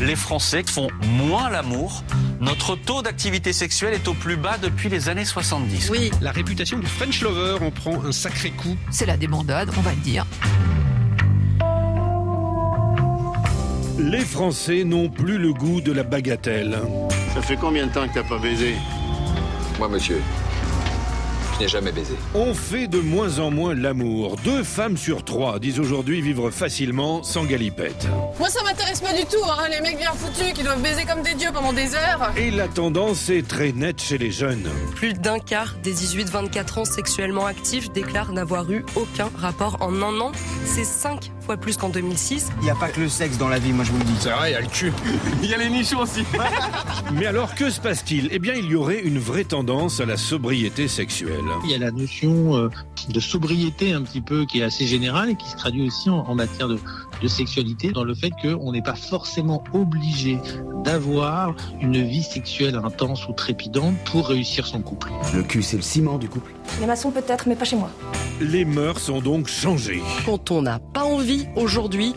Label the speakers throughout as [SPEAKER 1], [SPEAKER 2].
[SPEAKER 1] les Français font moins l'amour. Notre taux d'activité sexuelle est au plus bas depuis les années 70.
[SPEAKER 2] Oui,
[SPEAKER 3] La réputation du French Lover en prend un sacré coup.
[SPEAKER 2] c'est la débandade, on va le dire.
[SPEAKER 4] Les Français n'ont plus le goût de la bagatelle.
[SPEAKER 5] Ça fait combien de temps que t'as pas baisé
[SPEAKER 6] Moi, monsieur, je n'ai jamais baisé.
[SPEAKER 4] On fait de moins en moins l'amour. Deux femmes sur trois disent aujourd'hui vivre facilement sans galipette.
[SPEAKER 7] Moi, ça m'intéresse pas du tout, hein, les mecs bien foutus qui doivent baiser comme des dieux pendant des heures.
[SPEAKER 4] Et la tendance est très nette chez les jeunes.
[SPEAKER 8] Plus d'un quart des 18-24 ans sexuellement actifs déclarent n'avoir eu aucun rapport en un an. C'est 5 fois plus qu'en 2006.
[SPEAKER 9] Il n'y a pas que le sexe dans la vie, moi je vous le dis.
[SPEAKER 3] C'est vrai, il y a le cul.
[SPEAKER 4] Mais alors que se passe-t-il Eh bien, il y aurait une vraie tendance à la sobriété sexuelle.
[SPEAKER 10] Il y a la notion euh, de sobriété un petit peu qui est assez générale et qui se traduit aussi en, en matière de, de sexualité dans le fait qu'on n'est pas forcément obligé d'avoir une vie sexuelle intense ou trépidante pour réussir son couple.
[SPEAKER 9] Le cul, c'est le ciment du couple.
[SPEAKER 11] Les maçons peut-être, mais pas chez moi.
[SPEAKER 4] Les mœurs ont donc changé.
[SPEAKER 8] Quand on n'a pas envie aujourd'hui,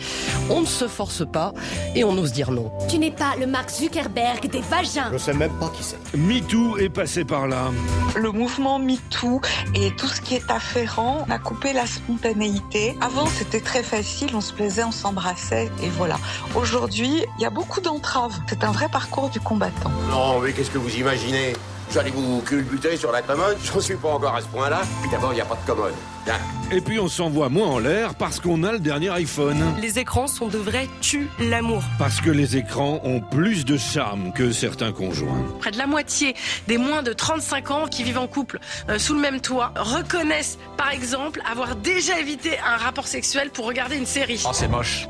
[SPEAKER 8] on ne se force pas et on ose dire non.
[SPEAKER 11] Tu n'es pas le Mark Zuckerberg des vagins.
[SPEAKER 9] Je sais même pas qui c'est.
[SPEAKER 4] MeToo est passé par là.
[SPEAKER 8] Le mouvement MeToo et tout ce qui est afférent a coupé la spontanéité. Avant, c'était très facile, on se plaisait, on s'embrassait et voilà. Aujourd'hui, il y a beaucoup d'entraves. C'est un vrai parcours du combattant.
[SPEAKER 6] Non, mais qu'est-ce que vous imaginez J'allais vous culbuter sur la commode, j'en suis pas encore à ce point-là. Puis d'abord, il n'y a pas de commode. Là.
[SPEAKER 4] Et puis on s'envoie moins en l'air parce qu'on a le dernier iPhone.
[SPEAKER 8] Les écrans sont de vrais tue l'amour.
[SPEAKER 4] Parce que les écrans ont plus de charme que certains conjoints.
[SPEAKER 8] Près de la moitié des moins de 35 ans qui vivent en couple euh, sous le même toit reconnaissent, par exemple, avoir déjà évité un rapport sexuel pour regarder une série.
[SPEAKER 1] Oh, c'est moche.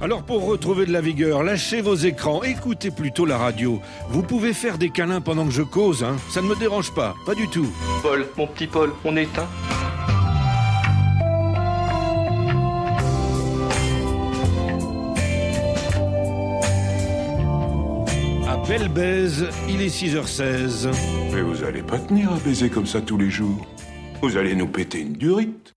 [SPEAKER 4] Alors pour retrouver de la vigueur, lâchez vos écrans, écoutez plutôt la radio. Vous pouvez faire des câlins pendant que je cause, hein. ça ne me dérange pas, pas du tout.
[SPEAKER 12] Paul, mon petit Paul, on est éteint.
[SPEAKER 4] À belle baise, il est 6h16.
[SPEAKER 5] Mais vous allez pas tenir à baiser comme ça tous les jours. Vous allez nous péter une durite.